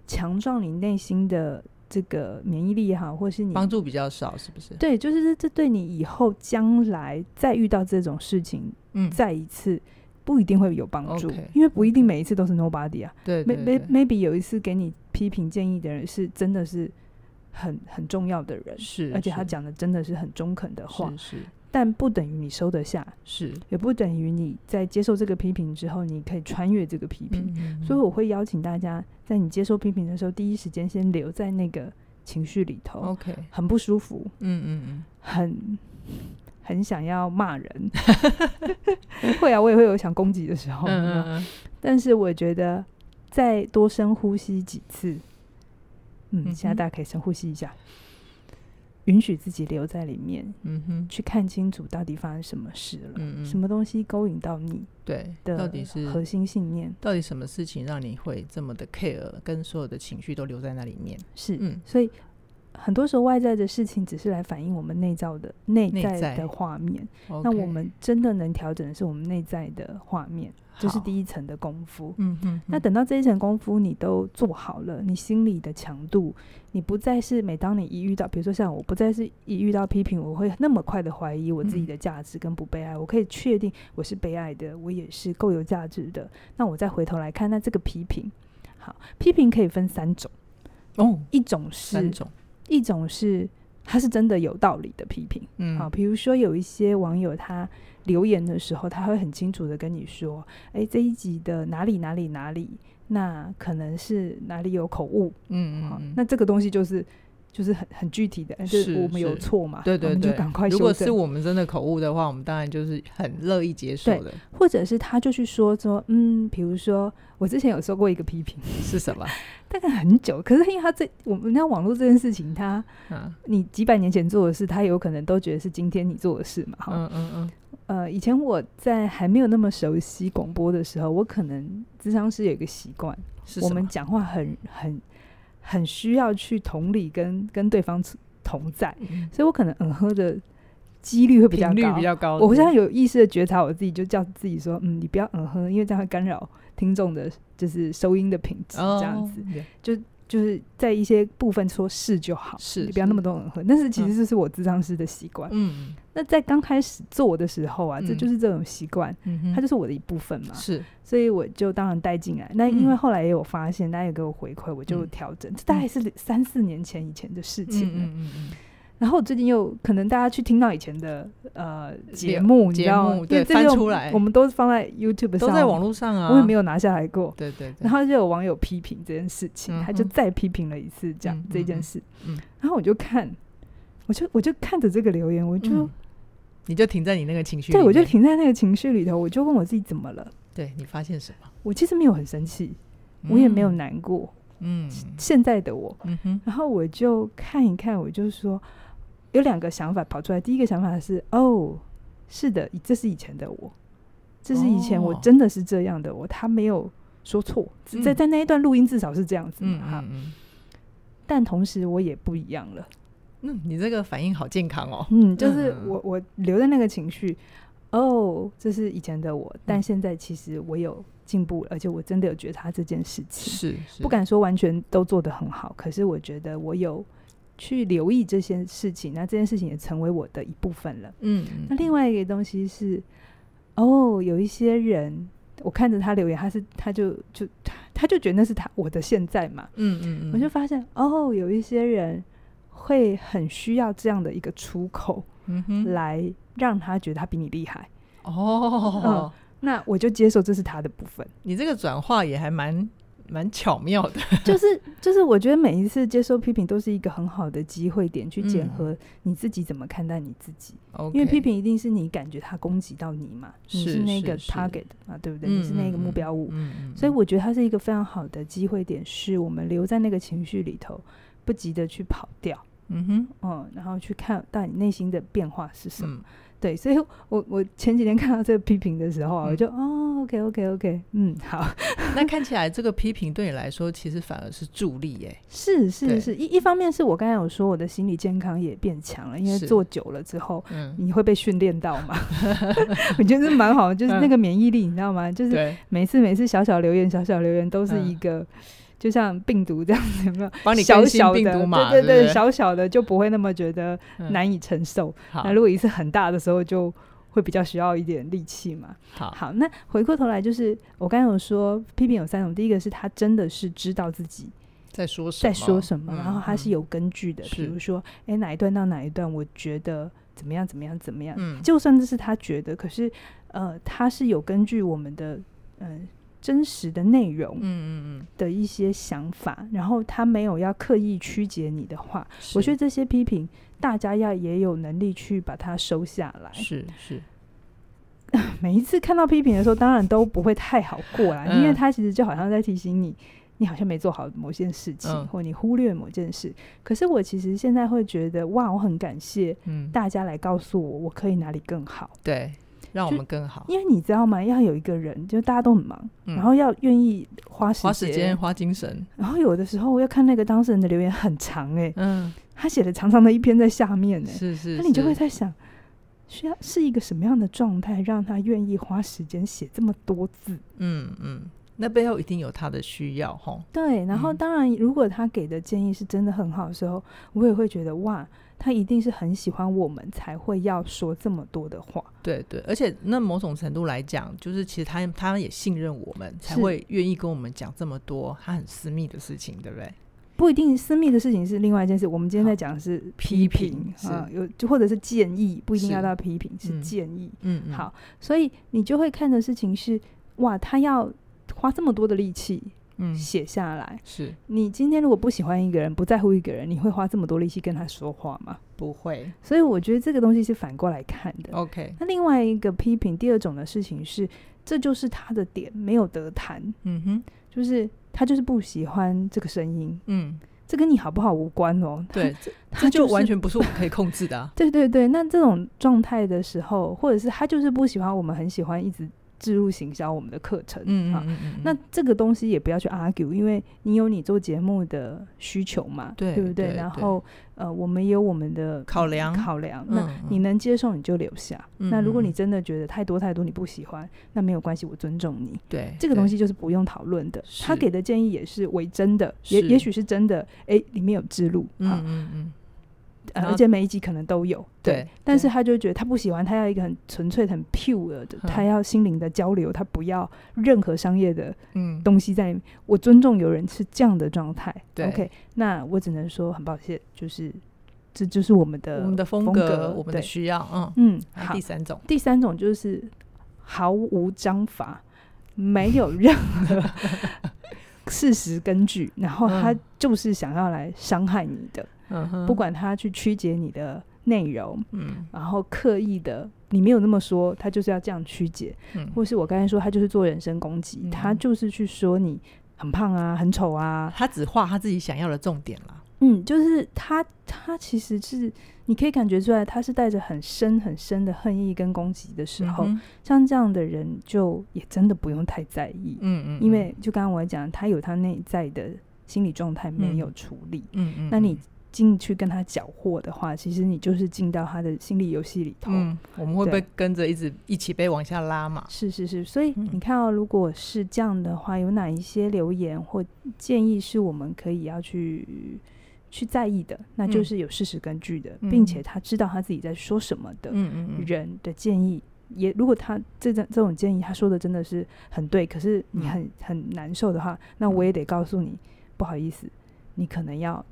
Speaker 2: 强壮你内心的这个免疫力也好，或是你
Speaker 1: 帮助比较少，是不是？
Speaker 2: 对，就是这这对你以后将来再遇到这种事情，
Speaker 1: 嗯，
Speaker 2: 再一次不一定会有帮助
Speaker 1: OK，
Speaker 2: 因为不一定
Speaker 1: OK
Speaker 2: 每一次都是 nobody 啊。
Speaker 1: 对对
Speaker 2: may,
Speaker 1: 对
Speaker 2: may, maybe 有一次给你批评建议的人是真的是很很重要的人，
Speaker 1: 是，
Speaker 2: 而且他
Speaker 1: 是
Speaker 2: 讲的真的是很中肯的话，
Speaker 1: 是
Speaker 2: 但不等于你收得下，
Speaker 1: 是是，
Speaker 2: 也不等于你在接受这个批评之后，你可以穿越这个批评。
Speaker 1: 嗯
Speaker 2: 所以我会邀请大家，在你接受批评的时候，第一时间先留在那个情绪里头，
Speaker 1: OK，
Speaker 2: 很不舒服，
Speaker 1: 嗯嗯
Speaker 2: 很很想要骂人。 会啊，我也会有想攻击的时
Speaker 1: 嗯
Speaker 2: 候，有没有
Speaker 1: 嗯嗯
Speaker 2: 但是我觉得再多深呼吸几次，
Speaker 1: 嗯
Speaker 2: 嗯，
Speaker 1: 哼
Speaker 2: 现在大家可以深呼吸一下，允许自己留在里面，
Speaker 1: 嗯哼，
Speaker 2: 去看清楚到底发生什么事了，
Speaker 1: 嗯嗯
Speaker 2: 什么东西勾引到你
Speaker 1: 对，到
Speaker 2: 的
Speaker 1: 底是
Speaker 2: 核心信念
Speaker 1: 到底什么事情让你会这么的 care，跟所有的情绪都留在那里面？
Speaker 2: 是，
Speaker 1: 嗯
Speaker 2: 所以。很多时候，外在的事情只是来反映我们内在的内
Speaker 1: 内在
Speaker 2: 在的画面。
Speaker 1: ，OK，
Speaker 2: 那我们真的能调整的是我们内在的画面，这是
Speaker 1: 好，
Speaker 2: 第一层的功夫。
Speaker 1: 嗯嗯，
Speaker 2: 那
Speaker 1: 嗯
Speaker 2: 等到这一层功夫你都做好了，你心里的强度，你不再是每当你一遇到，比如说像我不再是一遇到批评，我会那么快的怀疑我自己
Speaker 1: 嗯
Speaker 2: 的价值跟不被爱，我可以确定我是被爱的，我也是够有价值的。那我再回头来看，那这个批评，好，批评可以分三种，
Speaker 1: 哦，
Speaker 2: 一种是
Speaker 1: 三种，
Speaker 2: 一种是它是真的有道理的批评，
Speaker 1: 嗯，
Speaker 2: 啊好，比如说有一些网友他留言的时候，他会很清楚的跟你说，哎，这一集的哪里哪里哪里，那可能是哪里有口误，
Speaker 1: 嗯，嗯
Speaker 2: 好
Speaker 1: 嗯，
Speaker 2: 那这个东西就是就是很很具体的，哎，就是我们有
Speaker 1: 是
Speaker 2: 错嘛，
Speaker 1: 对对
Speaker 2: 啊我们
Speaker 1: 对，
Speaker 2: 就赶快
Speaker 1: 如果
Speaker 2: 修
Speaker 1: 是
Speaker 2: 正，
Speaker 1: 我们真的口误的话，我们当然就是很乐意接受
Speaker 2: 对
Speaker 1: 的。
Speaker 2: 或者是他就去说说，嗯，比如说我之前有收过一个批评，
Speaker 1: 是什么？
Speaker 2: 大概很久，可是因为他这我们那网络这件事情，他
Speaker 1: 嗯
Speaker 2: 你几百年前做的事，他有可能都觉得是今天你做的事嘛，哈，
Speaker 1: 嗯嗯嗯，
Speaker 2: 呃，以前我在还没有那么熟悉广播的时候，我可能智商师有一个习惯，
Speaker 1: 是
Speaker 2: 我
Speaker 1: 什
Speaker 2: 们
Speaker 1: 么
Speaker 2: 讲话很很很需要去同理跟跟对方同在，
Speaker 1: 嗯
Speaker 2: 呃所以我可能嗯呵的几率会比较
Speaker 1: 频率
Speaker 2: 高
Speaker 1: 比。较高。
Speaker 2: 我
Speaker 1: 对
Speaker 2: 现在有意识的觉察我自己，就叫自己说，嗯，你不要嗯哼，因为这样会干扰听众的，就是收音的品质，这样子、，
Speaker 1: 哦
Speaker 2: 就是在一些部分说是就好，
Speaker 1: 哦是
Speaker 2: 你不要那么多嗯哼。但是其实这是我智商师的习惯。
Speaker 1: 嗯
Speaker 2: 那在刚开始做的时候啊，这
Speaker 1: 嗯
Speaker 2: 就是这种习惯，
Speaker 1: 嗯哼，
Speaker 2: 它就是嗯我的一部分嘛，
Speaker 1: 是
Speaker 2: 所以我就当然带进来。那因为
Speaker 1: 嗯
Speaker 2: 后来也有发现，大家也给我回馈，我就
Speaker 1: 嗯
Speaker 2: 调整。这大概是三四年前以前的事
Speaker 1: 嗯
Speaker 2: 情了。
Speaker 1: 嗯嗯
Speaker 2: 然后最近又可能大家去听到以前的呃节
Speaker 1: 聊
Speaker 2: 目，你
Speaker 1: 节
Speaker 2: 知道
Speaker 1: 目
Speaker 2: 吗，因
Speaker 1: 对
Speaker 2: 为这
Speaker 1: 翻
Speaker 2: 就
Speaker 1: 出来
Speaker 2: 我们都放在 YouTube
Speaker 1: 嗯，
Speaker 2: 上，
Speaker 1: 都在网络上啊，
Speaker 2: 我也没有拿下来过。
Speaker 1: 对对对，
Speaker 2: 然后就有网友批评这件事情，
Speaker 1: 嗯哼
Speaker 2: 他就再批评了一次这样、
Speaker 1: 嗯
Speaker 2: 这
Speaker 1: 嗯
Speaker 2: 件
Speaker 1: 嗯
Speaker 2: 事，
Speaker 1: 嗯
Speaker 2: 然后我就看，我就我就看着这个留言，我就、
Speaker 1: 嗯你就停在你那个情绪里
Speaker 2: 对
Speaker 1: 面，
Speaker 2: 我就停在那个情绪里头，我就问我自己怎么了。
Speaker 1: 对你发现什么？
Speaker 2: 我其实没有很生气，我也没有
Speaker 1: 嗯
Speaker 2: 难过，
Speaker 1: 嗯
Speaker 2: 现在的我。
Speaker 1: 嗯哼
Speaker 2: 然后我就看一看，我就说有两个想法跑出来。第一个想法是，哦，是的，这是以前的我，这是以前我
Speaker 1: 哦
Speaker 2: 真的是这样的我，他没有说错，只在
Speaker 1: 嗯
Speaker 2: 在那一段录音至少是这样子嘛
Speaker 1: 嗯
Speaker 2: 哈。
Speaker 1: 嗯嗯。
Speaker 2: 但同时我也不一样了，
Speaker 1: 嗯，你这个反应好健康哦。
Speaker 2: 嗯，就是
Speaker 1: 嗯
Speaker 2: 我我留在那个情绪，哦，这是以前的我，但
Speaker 1: 嗯
Speaker 2: 现在其实我有进步，而且我真的有觉察这件事情。
Speaker 1: 是，是
Speaker 2: 不敢说完全都做得很好，可是我觉得我有去留意这些事情，那这件事情也成为我的一部分了。
Speaker 1: 嗯，
Speaker 2: 那
Speaker 1: 嗯
Speaker 2: 另外一个东西是，哦，有一些人，我看着他留言，他是他就就他他就觉得那是他我的现在嘛，
Speaker 1: 嗯嗯嗯，
Speaker 2: 我就发现哦，有一些人会很需要这样的一个出口，
Speaker 1: 嗯哼
Speaker 2: 来让他觉得他比你厉害。
Speaker 1: 哦，
Speaker 2: 那我就接受这是他的部 分，
Speaker 1: 你这个转化也还蛮蛮巧妙的。
Speaker 2: 就是就是，我觉得每一次接受批评都是一个很好的机会点，去检
Speaker 1: 嗯
Speaker 2: 核你自己怎么看待你自己。
Speaker 1: OK，
Speaker 2: 因为批评一定是你感觉他攻击到你嘛，你
Speaker 1: 是
Speaker 2: 那
Speaker 1: 是
Speaker 2: 个
Speaker 1: 是
Speaker 2: target 嘛，对不对？你是那个目标物，
Speaker 1: 嗯，嗯
Speaker 2: 所以
Speaker 1: 嗯
Speaker 2: 我觉得它是一个非常好的机会点，是我们留在那个情绪里头，不急着去跑掉，
Speaker 1: 嗯哼，
Speaker 2: 嗯，然后去看到你内心的变化是什么。
Speaker 1: 嗯
Speaker 2: 对，所以我我前几天看到这个批评的时候啊，
Speaker 1: 嗯
Speaker 2: 我就哦，OK OK OK，嗯，好，
Speaker 1: 那看起来这个批评对你来说，其实反而是助力耶。
Speaker 2: 是是
Speaker 1: 对
Speaker 2: 是，一一方面是我刚才有说我的心理健康也变强了，因为
Speaker 1: 是
Speaker 2: 做久了之后。
Speaker 1: 嗯，
Speaker 2: 你会被训练到嘛？ 我觉得蛮好的，就是那
Speaker 1: 嗯
Speaker 2: 个免疫力，你知道吗？就是
Speaker 1: 对，
Speaker 2: 每次每次小小留言，小小留言都是
Speaker 1: 嗯
Speaker 2: 一个，就像病毒这样子，有没有？
Speaker 1: 帮你
Speaker 2: 小
Speaker 1: 更新
Speaker 2: 小的，
Speaker 1: 病毒嘛，
Speaker 2: 对
Speaker 1: 对
Speaker 2: 对，
Speaker 1: 不
Speaker 2: 小小的就不会那么觉得
Speaker 1: 嗯
Speaker 2: 难以承受。
Speaker 1: 好
Speaker 2: 那如果一次很大的时候，就会比较需要一点力气嘛。
Speaker 1: 好，
Speaker 2: 好，那回过头来，就是我刚才有说，批评有三种，第一个是他真的是知道自己
Speaker 1: 在说什
Speaker 2: 在
Speaker 1: 么？
Speaker 2: 说什么，
Speaker 1: 嗯
Speaker 2: 然后他是，有根据的，比
Speaker 1: 是
Speaker 2: 如说，诶，哪一段到哪一段，我觉得怎么样怎么样怎么样，
Speaker 1: 嗯嗯，
Speaker 2: 就算这是他觉得，可是呃，他是有根据我们的嗯、呃真实的内容
Speaker 1: 嗯嗯
Speaker 2: 的一些想法，然后他没有要刻意曲解你的话，
Speaker 1: 嗯，
Speaker 2: 我觉得
Speaker 1: 得
Speaker 2: 这些批评大家要也有能力去把它收下来。
Speaker 1: 是是，
Speaker 2: 每一次看到批评的时候，当然都不会太好过啦，因为
Speaker 1: 嗯
Speaker 2: 他其实就好像在提醒你，你好像没做好某件事情，
Speaker 1: 嗯
Speaker 2: 或你忽略某件事。可是我其实现在会觉得，哇，我很感谢
Speaker 1: 嗯，
Speaker 2: 大家来告诉我，我可以哪里更好。
Speaker 1: 对，让我
Speaker 2: 就
Speaker 1: 们更好，
Speaker 2: 因为你知道吗？要有一个人，就大家都很忙，
Speaker 1: 嗯
Speaker 2: 然后要愿意花时
Speaker 1: 花时间花精神，
Speaker 2: 然后有的时候我要看那个当事人的留言很长哎、
Speaker 1: 嗯，
Speaker 2: 他写了长长的一篇在下面哎、
Speaker 1: 是是，
Speaker 2: 那你就会
Speaker 1: 是
Speaker 2: 在想，需要是一个什么样的状态让他愿意花时间写这么多字？
Speaker 1: 嗯嗯，那背后一定有他的需要吼，
Speaker 2: 对，然后
Speaker 1: 嗯
Speaker 2: 当然，如果他给的建议是真的很好的时候，我也会觉得哇，他一定是很喜欢我们才会要说这么多的话。
Speaker 1: 对对，而且那某种程度来讲，就是其实他他也信任我们，才
Speaker 2: 是
Speaker 1: 会愿意跟我们讲这么多他很私密的事情，对不对？
Speaker 2: 不一定私密的事情是另外一件事，我们今天在
Speaker 1: 好
Speaker 2: 讲的是
Speaker 1: 批
Speaker 2: 评
Speaker 1: 评
Speaker 2: 啊，有就或者是建议，不一定
Speaker 1: 是
Speaker 2: 要到批评，是
Speaker 1: 嗯
Speaker 2: 建议。
Speaker 1: 嗯，嗯，
Speaker 2: 好，所以你就会看的事情是，哇，他要花这么多的力气
Speaker 1: 嗯，
Speaker 2: 写下来。
Speaker 1: 是
Speaker 2: 你今天如果不喜欢一个人，不在乎一个人，你会花这么多力气跟他说话吗？
Speaker 1: 不会
Speaker 2: 所以我觉得这个东西是反过来看的。
Speaker 1: ，OK，
Speaker 2: 那另外一个批评，第二种的事情是，这就是他的点没有得谈，
Speaker 1: 嗯哼，
Speaker 2: 就是他就是不喜欢这个声音，
Speaker 1: 嗯，
Speaker 2: 这跟你好不好无关哦。他
Speaker 1: 对，， 这
Speaker 2: 这
Speaker 1: 这就
Speaker 2: 就是
Speaker 1: 完全不是我们可以控制 的啊
Speaker 2: 对对对。那这种状态的时候，或者是他就是不喜欢我们很喜欢一直置入行销我们的课程，
Speaker 1: 嗯
Speaker 2: 啊。
Speaker 1: 嗯嗯，
Speaker 2: 那这个东西也不要去 argue，因为你有你做节目的需求嘛，
Speaker 1: 对
Speaker 2: 不对？
Speaker 1: 对
Speaker 2: 然
Speaker 1: 对
Speaker 2: 后呃，我们也有我们的
Speaker 1: 考量
Speaker 2: 考量。那
Speaker 1: 嗯
Speaker 2: 你能接受你就留下。
Speaker 1: 嗯
Speaker 2: 那如果
Speaker 1: 嗯
Speaker 2: 你真的觉得太多太多你不喜欢，那没有关系，我尊重你。
Speaker 1: 对
Speaker 2: 这个东
Speaker 1: 对
Speaker 2: 西就是不用讨论的，他
Speaker 1: 哎是
Speaker 2: 给的建议也是为真的，也
Speaker 1: 是
Speaker 2: 也许是真的，诶，里面有之路
Speaker 1: 嗯
Speaker 2: 啊、
Speaker 1: 嗯嗯，
Speaker 2: 呃
Speaker 1: 然后
Speaker 2: 而且每一集可能都有。
Speaker 1: 对
Speaker 2: 但是
Speaker 1: 对
Speaker 2: 他就觉得他不喜欢，他要一个很纯粹、很 pure 的，
Speaker 1: 嗯
Speaker 2: 他要心灵的交流，他不要任何商业的
Speaker 1: 嗯，
Speaker 2: 东西在里面。我尊重有人是这样的状态
Speaker 1: 对
Speaker 2: ，OK，那我只能说很抱歉，就是这就是我们的
Speaker 1: 我们的
Speaker 2: 风
Speaker 1: 风格，我们的
Speaker 2: 对
Speaker 1: 需要，嗯，
Speaker 2: 嗯，
Speaker 1: 来
Speaker 2: 好
Speaker 1: 第，三种，
Speaker 2: 第三种就是毫无章法，没有任何事实根据，然后他
Speaker 1: 嗯
Speaker 2: 就是想要来伤害你的，
Speaker 1: 嗯哼，
Speaker 2: 不管他去曲解你的内容，
Speaker 1: 嗯
Speaker 2: 然后刻意的。你没有那么说，他就是要这样曲解，
Speaker 1: 嗯，
Speaker 2: 或是我刚才说他就是做人身攻击，
Speaker 1: 嗯
Speaker 2: 他就是去说你很胖啊、很丑啊，
Speaker 1: 他只画他自己想要的重点啦，
Speaker 2: 嗯，就是他他其实是你可以感觉出来，他是带着很深很深的恨意跟攻击的时
Speaker 1: 嗯
Speaker 2: 候，
Speaker 1: 哼
Speaker 2: 像这样的人，就也真的不用太在意，
Speaker 1: 嗯嗯，
Speaker 2: 因为就刚刚我讲，他有他内在的心理状态没有
Speaker 1: 嗯
Speaker 2: 处理，
Speaker 1: 嗯嗯，
Speaker 2: 那你
Speaker 1: 嗯
Speaker 2: 进去跟他搅和的话，其实你就是进到他的心理游戏里头。
Speaker 1: 嗯，我们会
Speaker 2: 对
Speaker 1: 被跟着一直一起被往下拉嘛，
Speaker 2: 是是是，所以
Speaker 1: 嗯
Speaker 2: 你看到、哦如果是这样的话，有哪一些留言或建议是我们可以要去去在意的？那就
Speaker 1: 嗯
Speaker 2: 是有事实根据的，并
Speaker 1: 嗯
Speaker 2: 且他知道他自己在说什么的。
Speaker 1: 嗯嗯嗯，
Speaker 2: 人的建议，也如果他这种这种建议他说的真的是很对，可是你
Speaker 1: 嗯
Speaker 2: 很、很难受的话，那我也得告诉你，不好意思，你可能要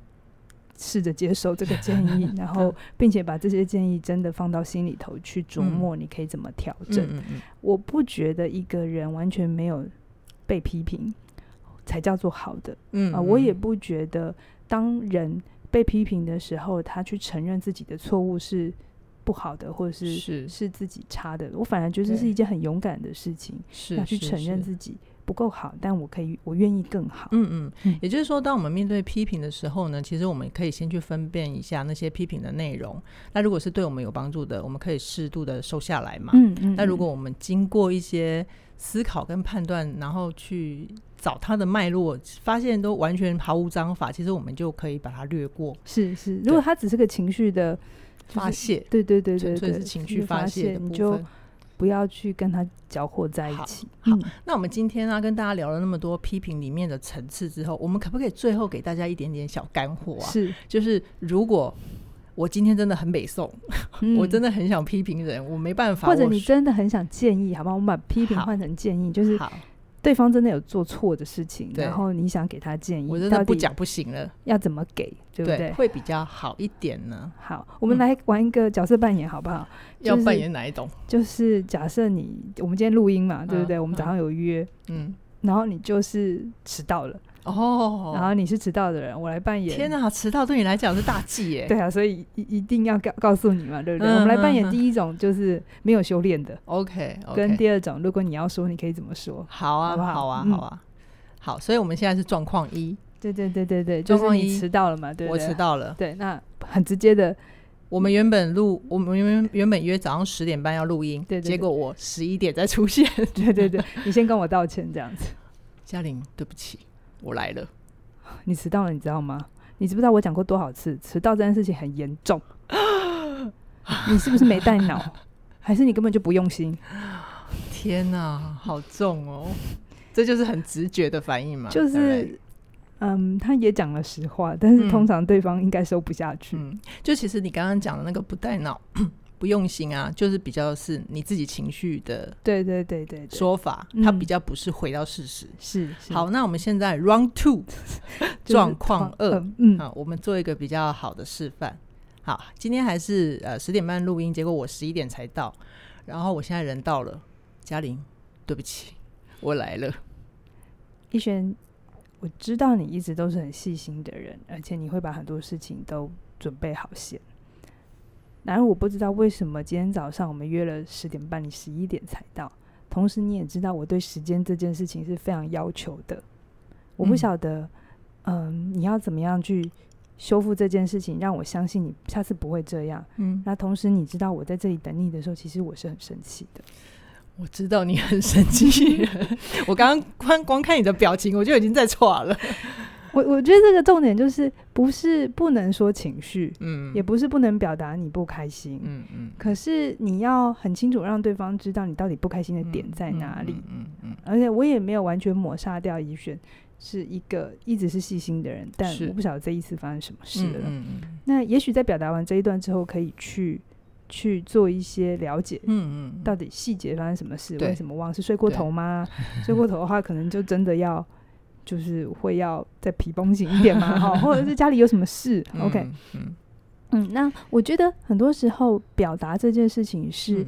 Speaker 2: 试着接受这个建 议，
Speaker 1: 嗯
Speaker 2: 然后并且把这些建议真的放到心里头去琢磨，你可以怎么调整。
Speaker 1: 嗯嗯
Speaker 2: 我不觉得一个人完全没有被批评才叫做好的，
Speaker 1: 嗯
Speaker 2: 啊、我也不觉得当人被批评的时候，他去承认自己的错误是不好的，或者是
Speaker 1: 是
Speaker 2: 是自己差的。我反而觉得这是
Speaker 1: 对
Speaker 2: 一件很勇敢的事情，
Speaker 1: 是
Speaker 2: 要去
Speaker 1: 是
Speaker 2: 承认
Speaker 1: 是
Speaker 2: 自己不够好，但我可以，我愿意更好。
Speaker 1: 嗯
Speaker 2: 嗯
Speaker 1: 嗯，也就是说，当我们面对批评的时候呢，其实我们可以先去分辨一下那些批评的内容。那如果是对我们有帮助的，我们可以适度的收下来嘛。
Speaker 2: 嗯嗯
Speaker 1: 那如果
Speaker 2: 嗯
Speaker 1: 我们经过一些思考跟判断，然后去找它的脉络，发现都完全毫无章法，其实我们就可以把它略过，
Speaker 2: 是是，如果他只是个情绪的就是
Speaker 1: 发泄，
Speaker 2: 对对对对
Speaker 1: 纯粹
Speaker 2: 对，
Speaker 1: 是情
Speaker 2: 就是
Speaker 1: 绪
Speaker 2: 发
Speaker 1: 发泄的
Speaker 2: 你
Speaker 1: 部
Speaker 2: 就
Speaker 1: 分。
Speaker 2: 不要去跟他搅和在一
Speaker 1: 好
Speaker 2: 起。
Speaker 1: 好
Speaker 2: 嗯
Speaker 1: 那我们今天呢、跟大家聊了那么多批评里面的层次之后，我们可不可以最后给大家一点点小干货啊？
Speaker 2: 是，
Speaker 1: 就是如果我今天真的很北宋，我
Speaker 2: 嗯
Speaker 1: 真的很想批评人，我没办法，
Speaker 2: 或者
Speaker 1: 我
Speaker 2: 你真的很想建议，好不好？我们把批评
Speaker 1: 好
Speaker 2: 换成建议，就是
Speaker 1: 好，
Speaker 2: 对方真的有做错的事情，
Speaker 1: 对
Speaker 2: 然后你想给他建议，
Speaker 1: 我真
Speaker 2: 到
Speaker 1: 的
Speaker 2: 底
Speaker 1: 不讲不行了，
Speaker 2: 要怎么给，对不对？
Speaker 1: 会比较好一点呢。
Speaker 2: 好，我们
Speaker 1: 嗯
Speaker 2: 来玩一个角色扮演，好不好？
Speaker 1: 要
Speaker 2: 就是
Speaker 1: 扮演哪一种？
Speaker 2: 就是假设你我们今天录音嘛，对不对？
Speaker 1: 嗯
Speaker 2: 我们早上有约，
Speaker 1: 嗯，
Speaker 2: 然后你就是迟到了，然
Speaker 1: 哦，
Speaker 2: 后你是迟到的人，我来扮演。
Speaker 1: 天哪，迟到对你来讲是大忌耶。
Speaker 2: 对啊，所以一一定要告告诉你嘛，对不对？
Speaker 1: 嗯
Speaker 2: 我们来扮演
Speaker 1: 嗯嗯
Speaker 2: 第一种就是没有修炼的，
Speaker 1: OK，
Speaker 2: 跟
Speaker 1: OK，
Speaker 2: 第二种，如果你要说，你可以怎么说？
Speaker 1: 好啊，
Speaker 2: 好不好
Speaker 1: 好啊，
Speaker 2: 嗯
Speaker 1: 好啊。好，所以我们现在是状况一，
Speaker 2: 对对对对对，就
Speaker 1: 状
Speaker 2: 是
Speaker 1: 况
Speaker 2: 你
Speaker 1: 一
Speaker 2: 迟到了嘛，对不
Speaker 1: 我
Speaker 2: 对？
Speaker 1: 迟。到了。
Speaker 2: 对，那很直接的，
Speaker 1: 我们原本录，我们原原本约早上十点半要录音，
Speaker 2: 对对对
Speaker 1: 结果我十一点再出 现。
Speaker 2: 对对对，你先跟我道歉这样子。
Speaker 1: 嘉玲，对不起，我来了。
Speaker 2: 你迟到了，你知道吗？你知不知道我讲过多少次，迟到这件事情很严重？ 你是不是没带脑？还是你根本就不用心？
Speaker 1: 啊天呐，好重哦！这就是很直觉的反应嘛，
Speaker 2: 就
Speaker 1: 对不对
Speaker 2: 是，嗯，他也讲了实话，但是
Speaker 1: 嗯
Speaker 2: 通常对方应该收不下去。
Speaker 1: 嗯，就其实你刚刚讲的那个不带脑、 不用心啊，就是比较是你自己情绪的
Speaker 2: 对对对对对，
Speaker 1: 说法，
Speaker 2: 嗯
Speaker 1: 它比较不是回到事实。
Speaker 2: 是是
Speaker 1: 好，那我们现在 round two
Speaker 2: 就是
Speaker 1: 状况
Speaker 2: 狂
Speaker 1: 二
Speaker 2: 呃嗯，
Speaker 1: 啊，我们做一个比较好的示范。好，今天还是呃十点半录音，结果我十一点才到，然后我现在人到了，嘉玲，对不起，我来了。
Speaker 2: 逸轩，我知道你一直都是很细心的人，而且你会把很多事情都准备好先。然而，我不知道为什么今天早上我们约了十点半，你十一点才到。同时，你也知道我对时间这件事情是非常要求的。我不
Speaker 1: 嗯
Speaker 2: 晓得，嗯、你要怎么样去修复这件事情，让我相信你下次不会这样。
Speaker 1: 嗯，
Speaker 2: 那同时，你知道我在这里等你的时候，其实我是很生气的。
Speaker 1: 我知道你很生气，我刚刚光光看你的表情，我就已经在错了。
Speaker 2: 我我觉得这个重点就是不是不能说情绪，
Speaker 1: 嗯
Speaker 2: 也不是不能表达你不开心，
Speaker 1: 嗯嗯，
Speaker 2: 可是你要很清楚让对方知道你到底不开心的点在哪里。
Speaker 1: 嗯嗯
Speaker 2: 而且我也没有完全抹杀掉怡璇是一个一直是细心的人，但
Speaker 1: 是
Speaker 2: 我不晓得这一次发生什么事
Speaker 1: 嗯
Speaker 2: 了。
Speaker 1: 嗯
Speaker 2: 那也许在表达完这一段之后，可以去去做一些了解，
Speaker 1: 嗯嗯，
Speaker 2: 到底细节发生什么事，
Speaker 1: 对
Speaker 2: 为什么忘？是睡过头吗？睡过头的话，可能就真的要就是会要再皮绷紧一点 嘛，哈，或者是家里有什么事？OK，
Speaker 1: 嗯
Speaker 2: 嗯，那我觉得很多时候表达这件事情
Speaker 1: 嗯
Speaker 2: 是、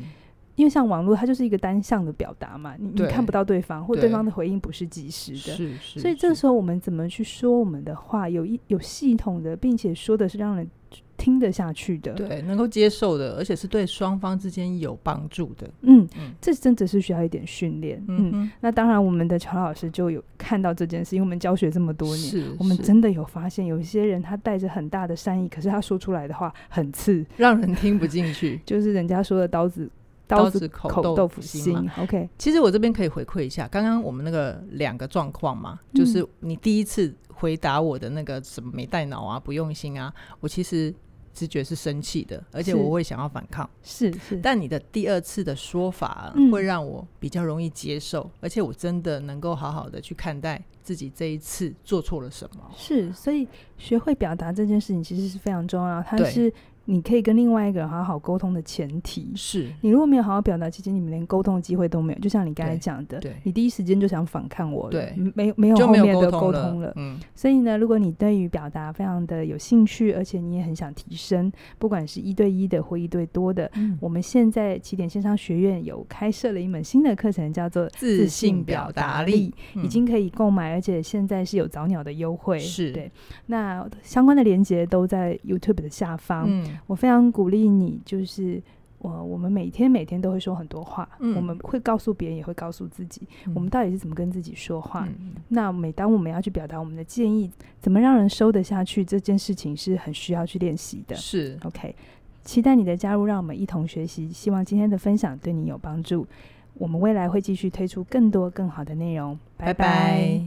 Speaker 2: 因为像网络，它就是一个单向的表达嘛，你你
Speaker 1: 对
Speaker 2: 看不到对方，或
Speaker 1: 对
Speaker 2: 对方的回应不是及时的。
Speaker 1: 是是，
Speaker 2: 所以这个时候，我们怎么去说我们的话，有一有系统的，并且说的是让人听得下去的。
Speaker 1: 对能够接受的，而且是对双方之间有帮助的。
Speaker 2: 嗯
Speaker 1: 嗯，
Speaker 2: 这真的是需要一点训练。嗯，
Speaker 1: 嗯
Speaker 2: 那当然，我们的乔老师就有看到这件事，因为我们教学这么多年，
Speaker 1: 是
Speaker 2: 我们真的有发现，有一些人他带着很大的善意，可是他说出来的话很刺，
Speaker 1: 让人听不进去。
Speaker 2: 就是人家说的 刀子
Speaker 1: 刀
Speaker 2: 子
Speaker 1: 子口
Speaker 2: 口
Speaker 1: 豆
Speaker 2: 腐
Speaker 1: 腐心嘛
Speaker 2: 心。OK，
Speaker 1: 其实我这边可以回馈一下，刚刚我们那个两个状况嘛，
Speaker 2: 嗯
Speaker 1: 就是你第一次回答我的那个什么没带脑啊、不用心啊，我其实直觉是生气的，而且
Speaker 2: 是
Speaker 1: 我会想要反抗。
Speaker 2: 是是，
Speaker 1: 但你的第二次的说法啊
Speaker 2: 嗯
Speaker 1: 会让我比较容易接受，而且我真的能够好好的去看待自己这一次做错了什么。
Speaker 2: 是，所以学会表达这件事情其实是非常重要，它
Speaker 1: 对
Speaker 2: 是你可以跟另外一个人好好沟通的前提。
Speaker 1: 是，
Speaker 2: 你如果没有好好表达，其实你们连沟通的机会都没有。就像你刚才
Speaker 1: 对
Speaker 2: 讲的，
Speaker 1: 对
Speaker 2: 你第一时间就想反抗我了，
Speaker 1: 对
Speaker 2: 嗯没有没有
Speaker 1: 就
Speaker 2: 后
Speaker 1: 没
Speaker 2: 面
Speaker 1: 有
Speaker 2: 的
Speaker 1: 通
Speaker 2: 沟
Speaker 1: 了。
Speaker 2: 通了。
Speaker 1: 嗯，
Speaker 2: 所以呢，如果你对于表达非常的有兴趣，而且你也很想提升，不管是一对一的或一对多的，我们现在起点线上学院有开设了一门新的课程，叫做
Speaker 1: 自信表达力，嗯
Speaker 2: 已经可以购买，而且现在是有早鸟的优惠。
Speaker 1: 是
Speaker 2: 对，那相关的链接都在 YouTube 的下方。
Speaker 1: 嗯
Speaker 2: 我非常鼓励你，就是我我们每天每天都会说很多话，
Speaker 1: 嗯
Speaker 2: 我们会告诉别人，也会告诉自己，
Speaker 1: 嗯
Speaker 2: 我们到啊底是怎么跟自己说话。
Speaker 1: 嗯
Speaker 2: 那每当我们要去表达我们的建议，怎么让人收得下去，这件事情是很需要去练习的。
Speaker 1: 是
Speaker 2: OK，期待你的加入，让我们一同学习。希望今天的分享对你有帮助。我们未来会继续推出更多更好的内容。
Speaker 1: 拜
Speaker 2: 拜
Speaker 1: 拜